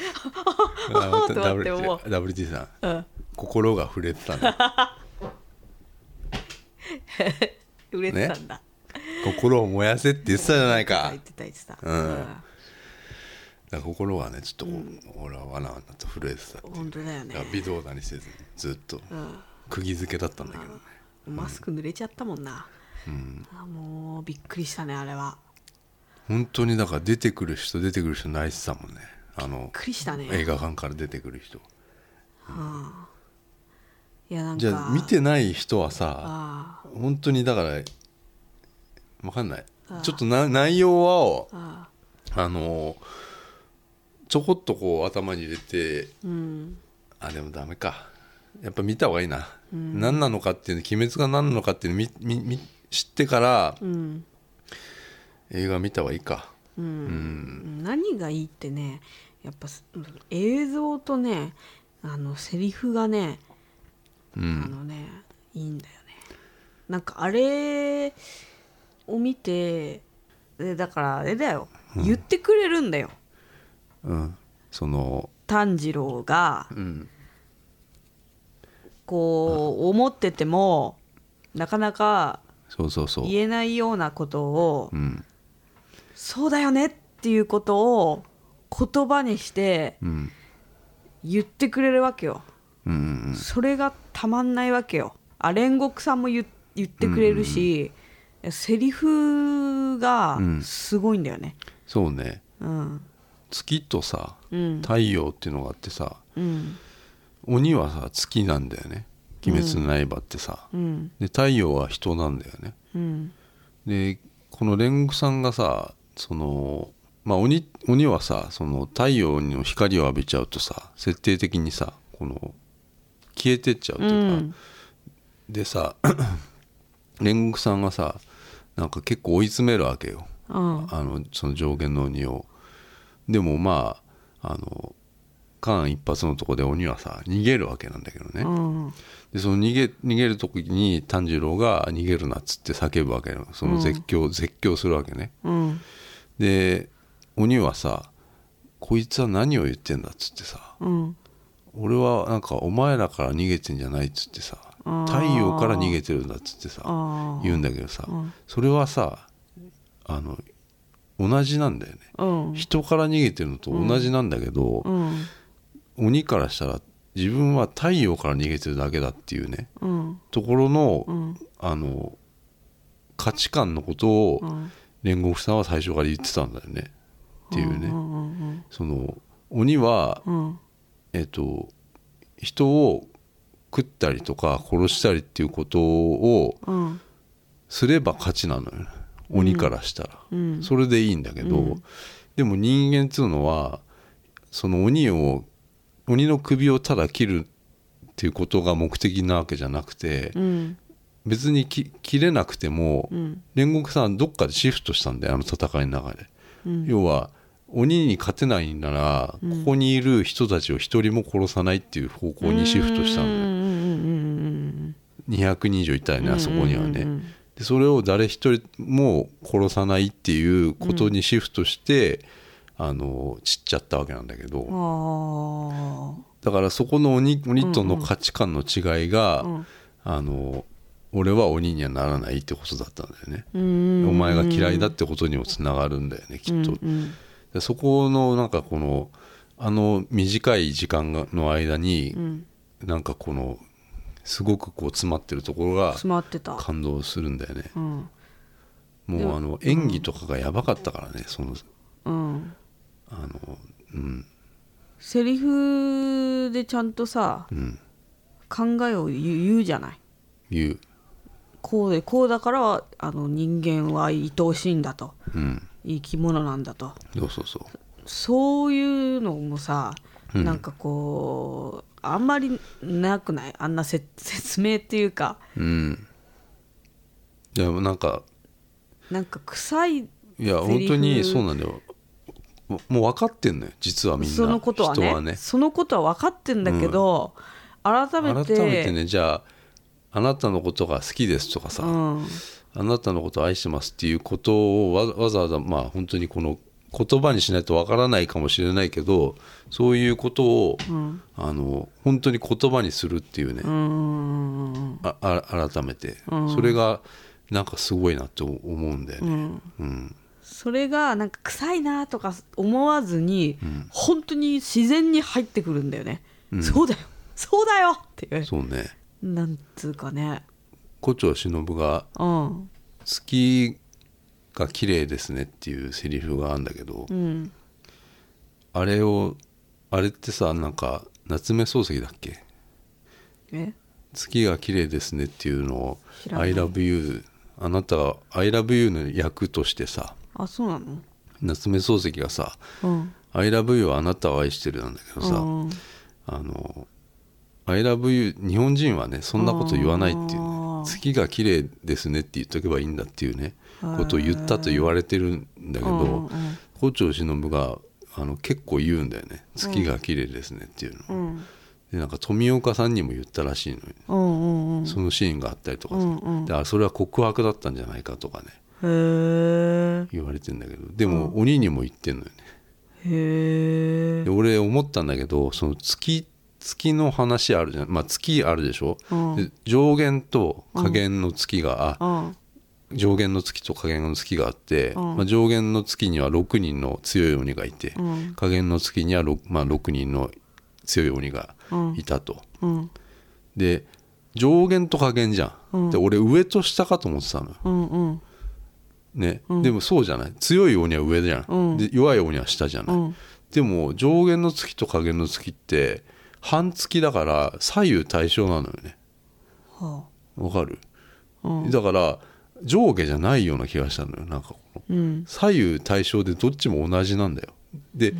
ああああと思っても WT, WT さんう、うん、心が触れてたね 売れてたんだ、心を燃やせって言ってたじゃないか言ってた言ってた、うんだから心がねちょっとこう、俺はわなわなと震えてたってういんう本当だよねだから微動だにせずにずっと釘付けだったんだけどねマスク濡れちゃったもんな、あもうびっくりしたねあれは本当にだから出てくる人出てくる人泣いてたもんねあのびっくりしたね映画館から出てくる人いやなんかじゃあ見てない人はさあ本当にだからわかんないちょっとな内容はをああああのちょこっとこう頭に入れてうんあでもダメかやっぱ見た方がいいな、何なのかっていうの鬼滅が何なのかっていうのみみみ知ってからうん映画見た方がいいかうん何がいいってねやっぱす映像とねあのセリフがね、うんあのねいいんだよねなんかあれを見てでだからあれだよ、言ってくれるんだようんその炭治郎がうんこう思っててもなかなかそうそうそう言えないようなことをうんそうだよねっていうことを言葉にしてうん言ってくれるわけようんうんそれがたまんないわけよあ煉獄さんも言言ってくれるし、セリフがすごいんだよねそうねうん月とさうん太陽っていうのがあってさうん鬼はさ月なんだよね「鬼滅の刃」ってさ、うんで太陽は人なんだよねうんでこの煉獄さんがさそのまあ鬼鬼はさその太陽の光を浴びちゃうとさ設定的にさこの消えてっちゃうというか、うんでさ 煉獄さんがさなんか結構追い詰めるわけようんあのその上限の鬼をでもまああの間一髪のとこで鬼はさ逃げるわけなんだけどね、うんでその逃げ逃げる時に炭治郎が「逃げるな」っつって叫ぶわけよその絶叫、絶叫するわけねうんで鬼はさ「こいつは何を言ってんだ」っつってさうん「俺はなんかお前らから逃げてんじゃない」っつってさ「太陽から逃げてるんだ」っつってさあ言うんだけどさそれはさあの同じなんだよねあうん人から逃げてるのと同じなんだけどう、ん鬼からしたら自分は太陽から逃げてるだけだっていうね、うんところの,、んあの価値観のことを煉獄さんは最初から言ってたんだよねっていうね、うんうんその鬼は、うんえっと人を食ったりとか殺したりっていうことをうんすれば勝ちなのよね鬼からしたら、うんそれでいいんだけど、でも人間っつうのはその鬼を鬼の首をただ切るっていうことが目的なわけじゃなくて、うん別にき切れなくても、うん煉獄さんどっかでシフトしたんだよあの戦いの中で、うん要は鬼に勝てないなら、ここにいる人たちを一人も殺さないっていう方向にシフトしたんだよ、ん200人以上いたよねあそこにはね、うんうんうんうんでそれを誰一人も殺さないっていうことにシフトして、あの散っちゃったわけなんだけど、あだからそこの鬼鬼との価値観の違いが、あうんあの俺は鬼にはならないってことだったんだよね、うんお前が嫌いだってことにもつながるんだよねきっと、うんでそこのなんかこのあの短い時間がの間に、うんなんかこのすごくこう詰まってるところが詰まってた感動するんだよねうんでもうもあの演技とかがやばかったからねそのうんあのうんセリフでちゃんとさうん考えを言う言うじゃないいうこうでこうだからあの人間は愛おしいんだとうん生き物なんだとそうそうそそういうのもさ、うんなんかこうあんまりなくないあんなせ 説明っていうかううんでもなんかなんか臭いいやセリフ本当にそうなんだよももう分かってんのよ実はみんなそのことはね人はねそのことは分かってんだけど、改改めめててねじゃああなたのことが好きですとかさ、うんあなたのことを愛してますっていうことをわわざわざまあ本当にこの言葉にしないとわからないかもしれないけどそういうことを、あの本当に言葉にするっていうね、うんああ改めて、それがなんかすごいなと思うんだよね。うんそれがなんか臭いなとか思わずに、本当に自然に入ってくるんだよね、そうだよそうだよっていうそうねなんつうかね胡蝶忍がうん「月が綺麗ですね」っていうセリフがあるんだけど、うんあれをあれってさなんか夏目漱石だっけえ月が綺麗ですねっていうのを知「らない ILOVEYOU」あなたが「ILOVEYOU」の役としてさあそうなの夏目漱石がさうん「ILOVEYOU」はあなたを愛してるなんだけどさ「うん ILOVEYOU」日本人はねそんなこと言わないっていうあねー月が綺麗ですねって言っとけばいいんだっていうねことを言ったと言われてるんだけうんうんど胡蝶忍があの結構言うんだよね「月が綺麗ですね」っていううのをんでなんか富岡さんにも言ったらしいのようんうんうんそのシーンがあったりとかさ、うんうんであそれは告白だったんじゃないかとかねへ言われてんだけどでも鬼にも言ってんのよね、えへえで俺思ったんだけどその月月の話あるじゃん、まあ、月あるでしょ、うんで上限と下限の月が、あうん上限の月と下限の月があって、うんまあ、上限の月には6人の強い鬼がいて、うん下限の月には 6,、まあ、6人の強い鬼がいたと、うんで上限と下限じゃん、うんで俺上と下かと思ってたのようんうんね、でもそうじゃない強い鬼は上じゃん、うんで弱い鬼は下じゃない、うんでも上限の月と下限の月って半月だから左右対称なのよねはわかる、あうんだから上下じゃないような気がしたのよなんかこのうん左右対称でどっちも同じなんだよで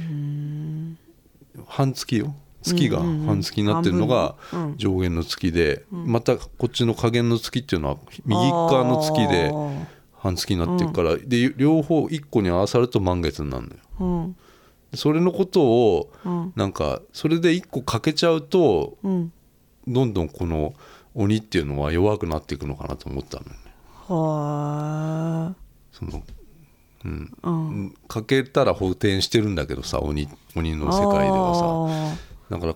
半月よ月が半月になってるのが半分うん上限の月で、またこっちの下限の月っていうのは右側の月であー半月になってるから、で両方一個に合わさると満月になるのようんそれのことをうんなんかそれで一個欠けちゃうとうんどんどんこの鬼っていうのは弱くなっていくのかなと思ったのよねはそのあうん欠けたら補填してるんだけどさ鬼鬼の世界でははさだから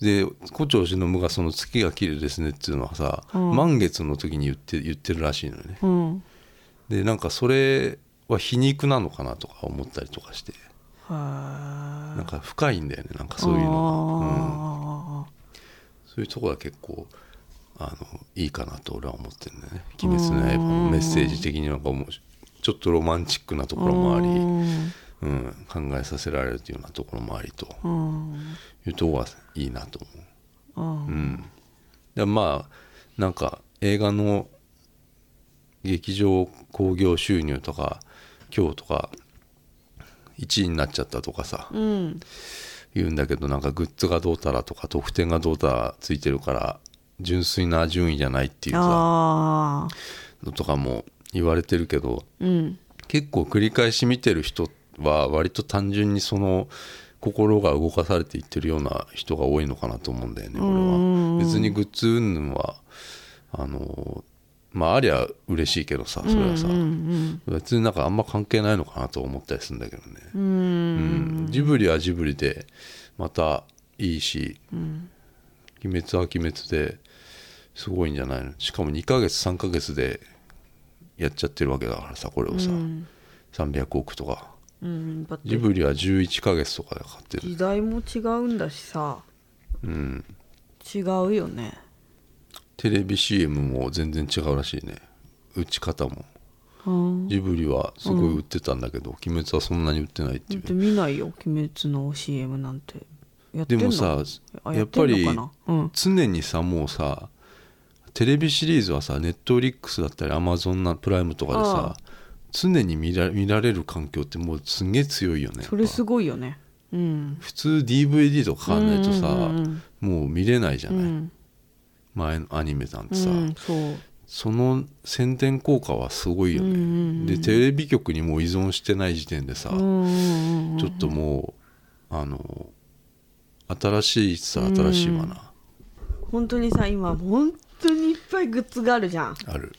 で胡蝶忍がその月が綺麗ですねっていうのはさ、うん満月の時に言って言ってるらしいのよねさうんでなんかそれは皮肉なのかなとか思ったりとかしてはなんか深いんだよねなんかそういうのが、うんのそういうところは結構あのいいかなと俺は思ってるんだよね「鬼滅の刃」のメッセージ的になんかもうちょっとロマンチックなところもあり、うん、考えさせられるというようなところもありとうんいうところはいいなと思う。うんうん、でまあなんか映画の劇場興行収入とか今日とか1位になっちゃったとかさ、うん言うんだけどなんかグッズがどうたらとか特典がどうたらついてるから純粋な順位じゃないっていうさああのとかも言われてるけどうん結構繰り返し見てる人は割と単純にその心が動かされていってるような人が多いのかなと思うんだよね俺は別にグッズ云々はあのまあありゃ嬉しいけどさそれはさ、うん別になんかあんま関係ないのかなと思ったりするんだけどね、うんううんん、ジブリはジブリでまたいいしうん「鬼滅」は「鬼滅」ですごいんじゃないのしかも2ヶ月3ヶ月でやっちゃってるわけだからさこれをさ、うん300億とかうんだってジブリは11ヶ月とかで買ってる時代も違うんだしさうん違うよねテレビ CM も全然違うらしいね打ち方もうんジブリはすごい売ってたんだけど、鬼滅はそんなに売ってないってだいっうて見ないよ「鬼滅」の CM なんてやっでてんのもさあやっぱりやってんのかなうん常にさもうさテレビシリーズはさネットフリックスだったりアマゾンなプライムとかでさ常に見ら見られる環境ってもうすんげえ強いよねやっぱそれすごいよねうん普通 DVD とか買わないとさ、うんうんもう見れないじゃうんなうい、ん前のアニメなんてさ、うんそうその宣伝効果はすごいよね、うんうんうんでテレビ局にもう依存してない時点でさ、うんうんうんちょっともうあの新しいさ新しいわな、本当にさ今本当にいっぱいグッズがあるじゃんある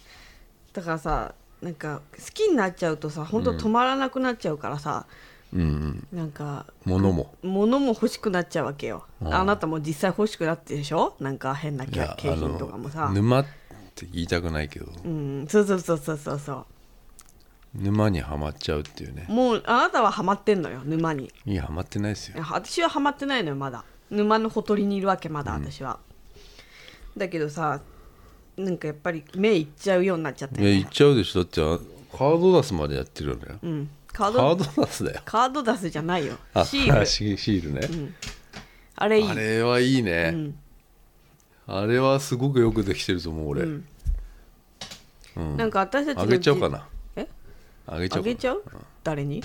だからさなんか好きになっちゃうとさ本当止まらなくなっちゃうからさ、うんうんなんか物も物も欲しくなっちゃうわけよあああなたも実際欲しくなってるでしょなんか変なきゃ景品とかもあさの沼って言いたくないけど、うんそうそうそうそうそうそ沼にはまっちゃうっていうねうもうあなたはハマってんのよ沼にいやはまってないですいよや私はハマってないのよまだ沼のほとりにいるわけまだ私は、だけどさなんかやっぱり目いっちゃうようになっちゃっていや行っちゃうでしょだってあカード出すまでやってるんだよ、うんカーカドード出すだよカード出すじゃないよあシールシールね、あれいいあれはいいね、んあれはすごくよくできてると思う俺、うんなんか私たちのあげちゃおうかなえあげちゃあおうかげちなゃう誰に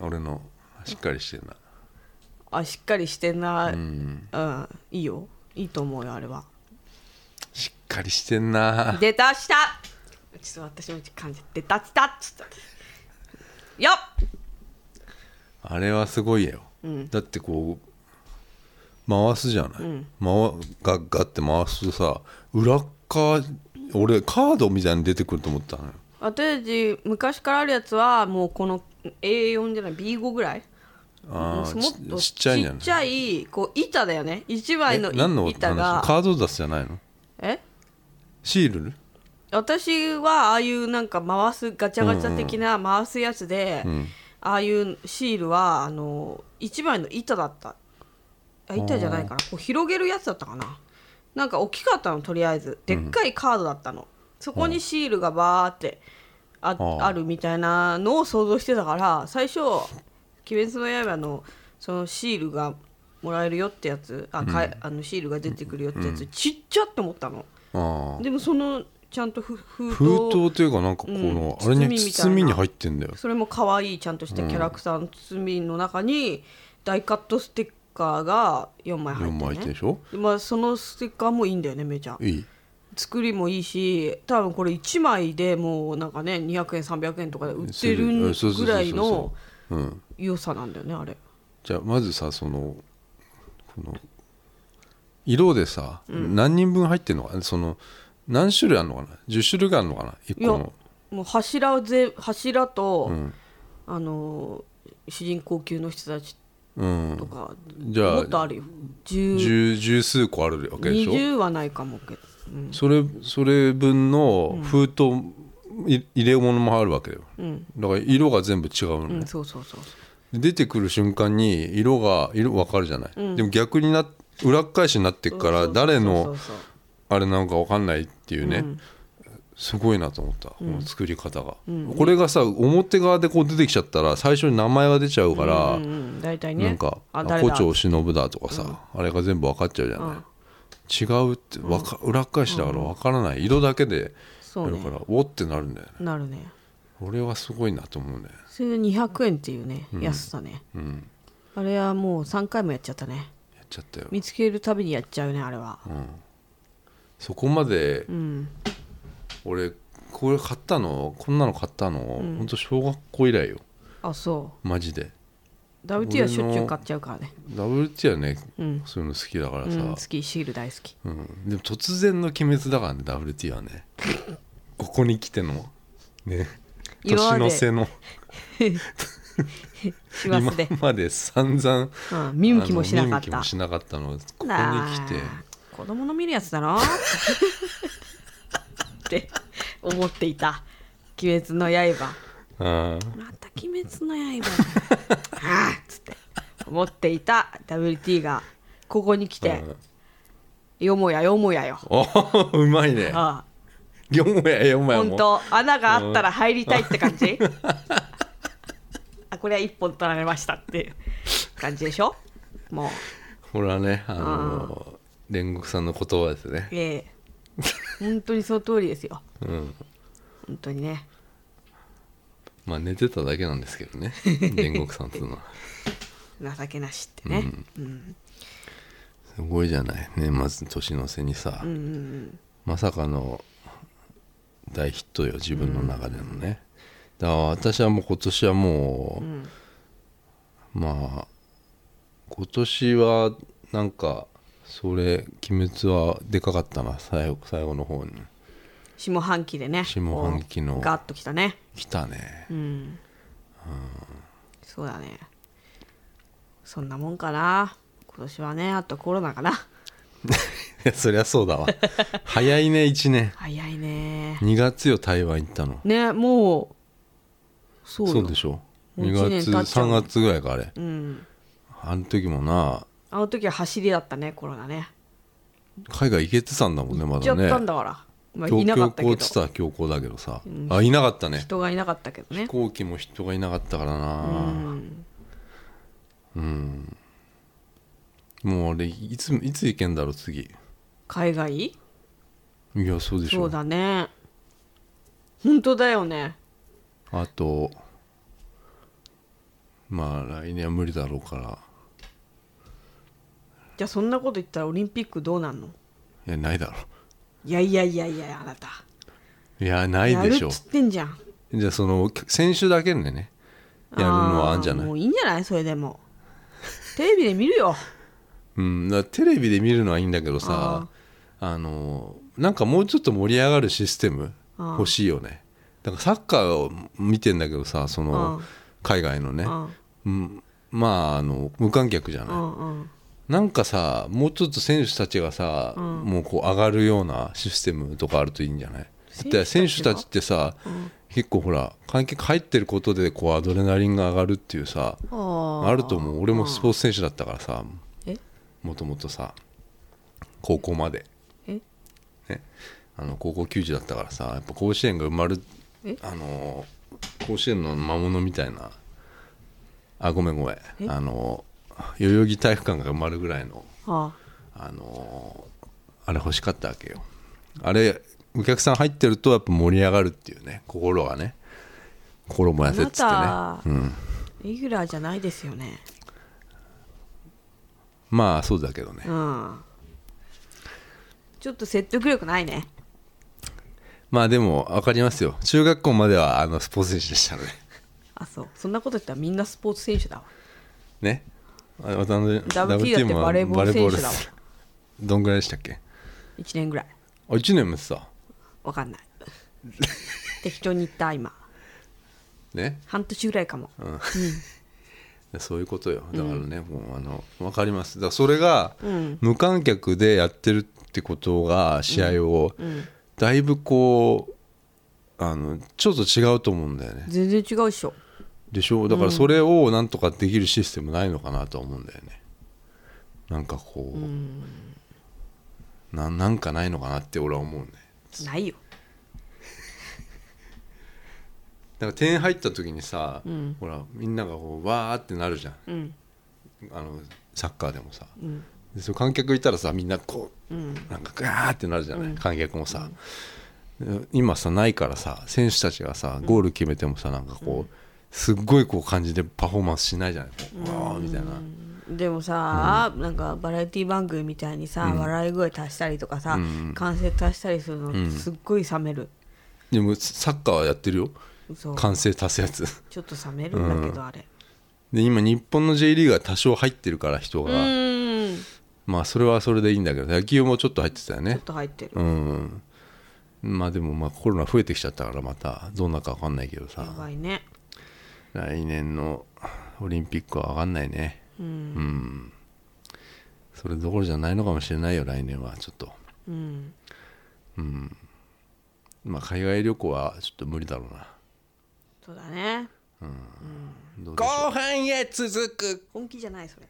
俺のしっかりしてるなあしっかりしてんなううん、んいいよいいと思うよあれはしっかりしてんな出たしたちょっと私も感じ出たしたっつったよっあれはすごいよ、だってこう回すじゃない、回ガッガッて回すとさ裏側俺カードみたいに出てくると思ったのよ私たち昔からあるやつはもうこの A4 じゃない B5 ぐらいもあうーもっとちちっちゃいんじゃちなっいちゃいこう板だよね一枚えの何の板話がカード出すじゃないのえシール私はああいうなんか回すガチャガチャ的な回すやつで、ああいうシールはあの一枚の板だったあ板じゃないかなこう広げるやつだったかななんか大きかったのとりあえずでっかいカードだったの、そこにシールがバーってあうんあるみたいなのを想像してたから最初「鬼滅の刃の」そのシールがもらえるよってやつあかいあのシールが出てくるよってやつ、ちっちゃって思ったの。あーでもそのちゃんとふ封筒封筒というかなんかこの、うんあれに包みみたいな包みに入ってんだよそれも可愛いちゃんとしたキャラクターの包みの中に大カットステッカーが4枚入4枚入っっててるねでしょでまあそのステッカーもいいんだよねめちゃんいい作りもいいし多分これ1枚でもうなんかね200円300円とかで売っすてるうんそうそうそうそうぐらいのうん良さなんだよねあれじゃあまずさそのこの色でさ、何人分入ってんのかなその何種類あるのかな10種類ぐらいあるのかな1い個やのもう柱をぜ柱と、んあのー主人公級の人たちうんとか、じゃもあっとあるよ10十十数個あるわけでしょ20はないかもけど、うんそれそれ分の封筒、い入れ物もあるわけようんだから色が全部違うのうねん、そうそうそうそう出てくる瞬間に色が色分かるじゃない、でも逆にな裏返しになってっからそうそうそう誰そのうそうあれなんか分かんないっていうね、うんすごいなと思った、この作り方が、これがさ表側でこう出てきちゃったら最初に名前が出ちゃうから、うんうん、大体ねなんか「ああ誰だ胡蝶忍だ」とかさ、あれが全部分かっちゃうじゃない、違うってわか裏返しだから分からない色だけでそやうるかねら、おってなるんだよねなるねこれはすごいなと思うねそれで200円っていうね安さね、うんあれはもう3回もやっちゃったねやっちゃったよ見つけるたびにやっちゃうねあれは、そこまでうん俺これ買ったのこんなの買ったの、ほうんん、本当小学校以来よあそマジでう WT はしょっちゅう買っちゃうからね WT はねうん、そういうの好きだからうさ、ん、好きシール大好きうん、でも突然の鬼滅だからね WT は ねここに来てのね今ま年での瀬の師今走で、まで散々うん、見向きもしなかっあの見向きたもしなかったのをここになあ来て子供の見るやつだろって思っていた「鬼滅の刃」あまた「鬼滅の刃」 ああっつって思っていた WT がここに来てーよもやよもやよおーうまいねあよもやよもあや本も当穴があったら入りたいって感じあこれは一本取られましたっていう感じでしょもうほらねあのー煉獄さんの言葉ですねええ本当にその通りですようん本当にねまあ寝てただけなんですけ どね煉獄さんっていうのは情けなしってね、すごいじゃないねまず年の瀬にさ、まさかの大ヒットよ自分の中でのね、だから私はもう今年はもう、まあ今年はなんかそれ「鬼滅」はでかかったな最後最後の方に下半期でね下半期のこうガッときたね来たね、 そうだねそんなもんかな今年はねあとコロナかなそりゃそうだ わ早いね1年早いね2月よ台湾行ったのねもうそうよそうでしょもう2 1年月経っちゃ3う月ぐらいかあれうんあの時もなあの時は走りだったねコロナね海外行けてたんだもんねま行っちゃだったんねだから、まあ、強いなかった強け行っどてたら強行だけどさ、あいなかったね人がいなかったけどね飛行機も人がいなかったからなうん、もう俺いついつ行けんだろう次海外いやそうでしそょうだね本当だよねあとまあ来年は無理だろうからじゃあそんなこと言ったらオリンピックどうなんのいやないだろいやいやいやいやあなたういやないでしやょるっつってんじゃんじゃあその選手だけでねやるのはあんじゃなーもいういいんじゃないそれでも テレビで見るようん、だからテレビで見るのはいいんだけどさあのなんかもうちょっと盛り上がるシステムああ欲しいよねだからサッカーを見てんだけどさそのああ海外のねあうんまああの無観客じゃうないんうんなんかさもうちょっと選手たちがさもうこう上がるようなシステムとかあるといいんじゃないだって選選手手たたちがちってさ結構ほら観客入ってることでこうアドレナリンが上がるっていうさあーあると思う俺もスポーツ選手だったからさえもともとさ高校まで、えね、あの高校球児だったからさやっぱ甲子園が埋まるえあの甲子園の魔物みたいなあごめんごめんあの代々木体育館が埋まるぐらいのああのあれ欲しかったわけよあれお客さん入ってるとやっぱ盛り上がるっていうね心がね心燃やせっつってねあなたうん、レギュラーじゃないですよねまあそうだけどねうんちょっと説得力ないねまあでも分かりますよ中学校まではあのスポーツ選手でしたのであそうそんなこと言ったらみんなスポーツ選手だわねあ渡辺 WT だってバレーボーバレル選手だわーボールです どんぐらいでしたっけ1年ぐらいあ1年もさわか んない適当に言った今ね半年ぐらいかもそういうことよだからね、もうあの分かりますだからそれが無観客でやってるってことが試合をだいぶこうあのちょっと違うと思うんだよね全然違うっしょでしょだからそれをなんとかできるシステムないのかなとは思うんだよねなんかこう、ななんかないのかなって俺は思うねないよだから点入った時にさ、ほらみんながこうわーってなるじゃん、うんあのサッカーでもさ、でそう観客いたらさみんなこう、なんかガーってなるじゃない、観客もさ、で今さないからさ選手たちがさゴール決めてもさなんかこう、すっごいこう感じでパフォーマンスしないじゃないこうわーみたいな、でもさ、なんかバラエティ番組みたいにさ、笑い声足したりとかさ、うん関節足したりするのってすっごい冷める、でもサッカーはやってるよそう完成足すやつちょっと冷めるんだけど、あれで今日本の J リーガー多少入ってるから人うが、ーんちまあそれはそれでいいんだけど野球もちょっと入ってたよょっねと入ってる、うんまあでもまあコロナ増えてきちゃったからまたどんなか分かんないけどやさばいね来年のオリンピックは分かんないねううんんそれどころじゃないのかもしれないよ来年はちょっとうんまあ海外旅行はちょっと無理だろうなそうだねどうでしょう本気じゃないそれ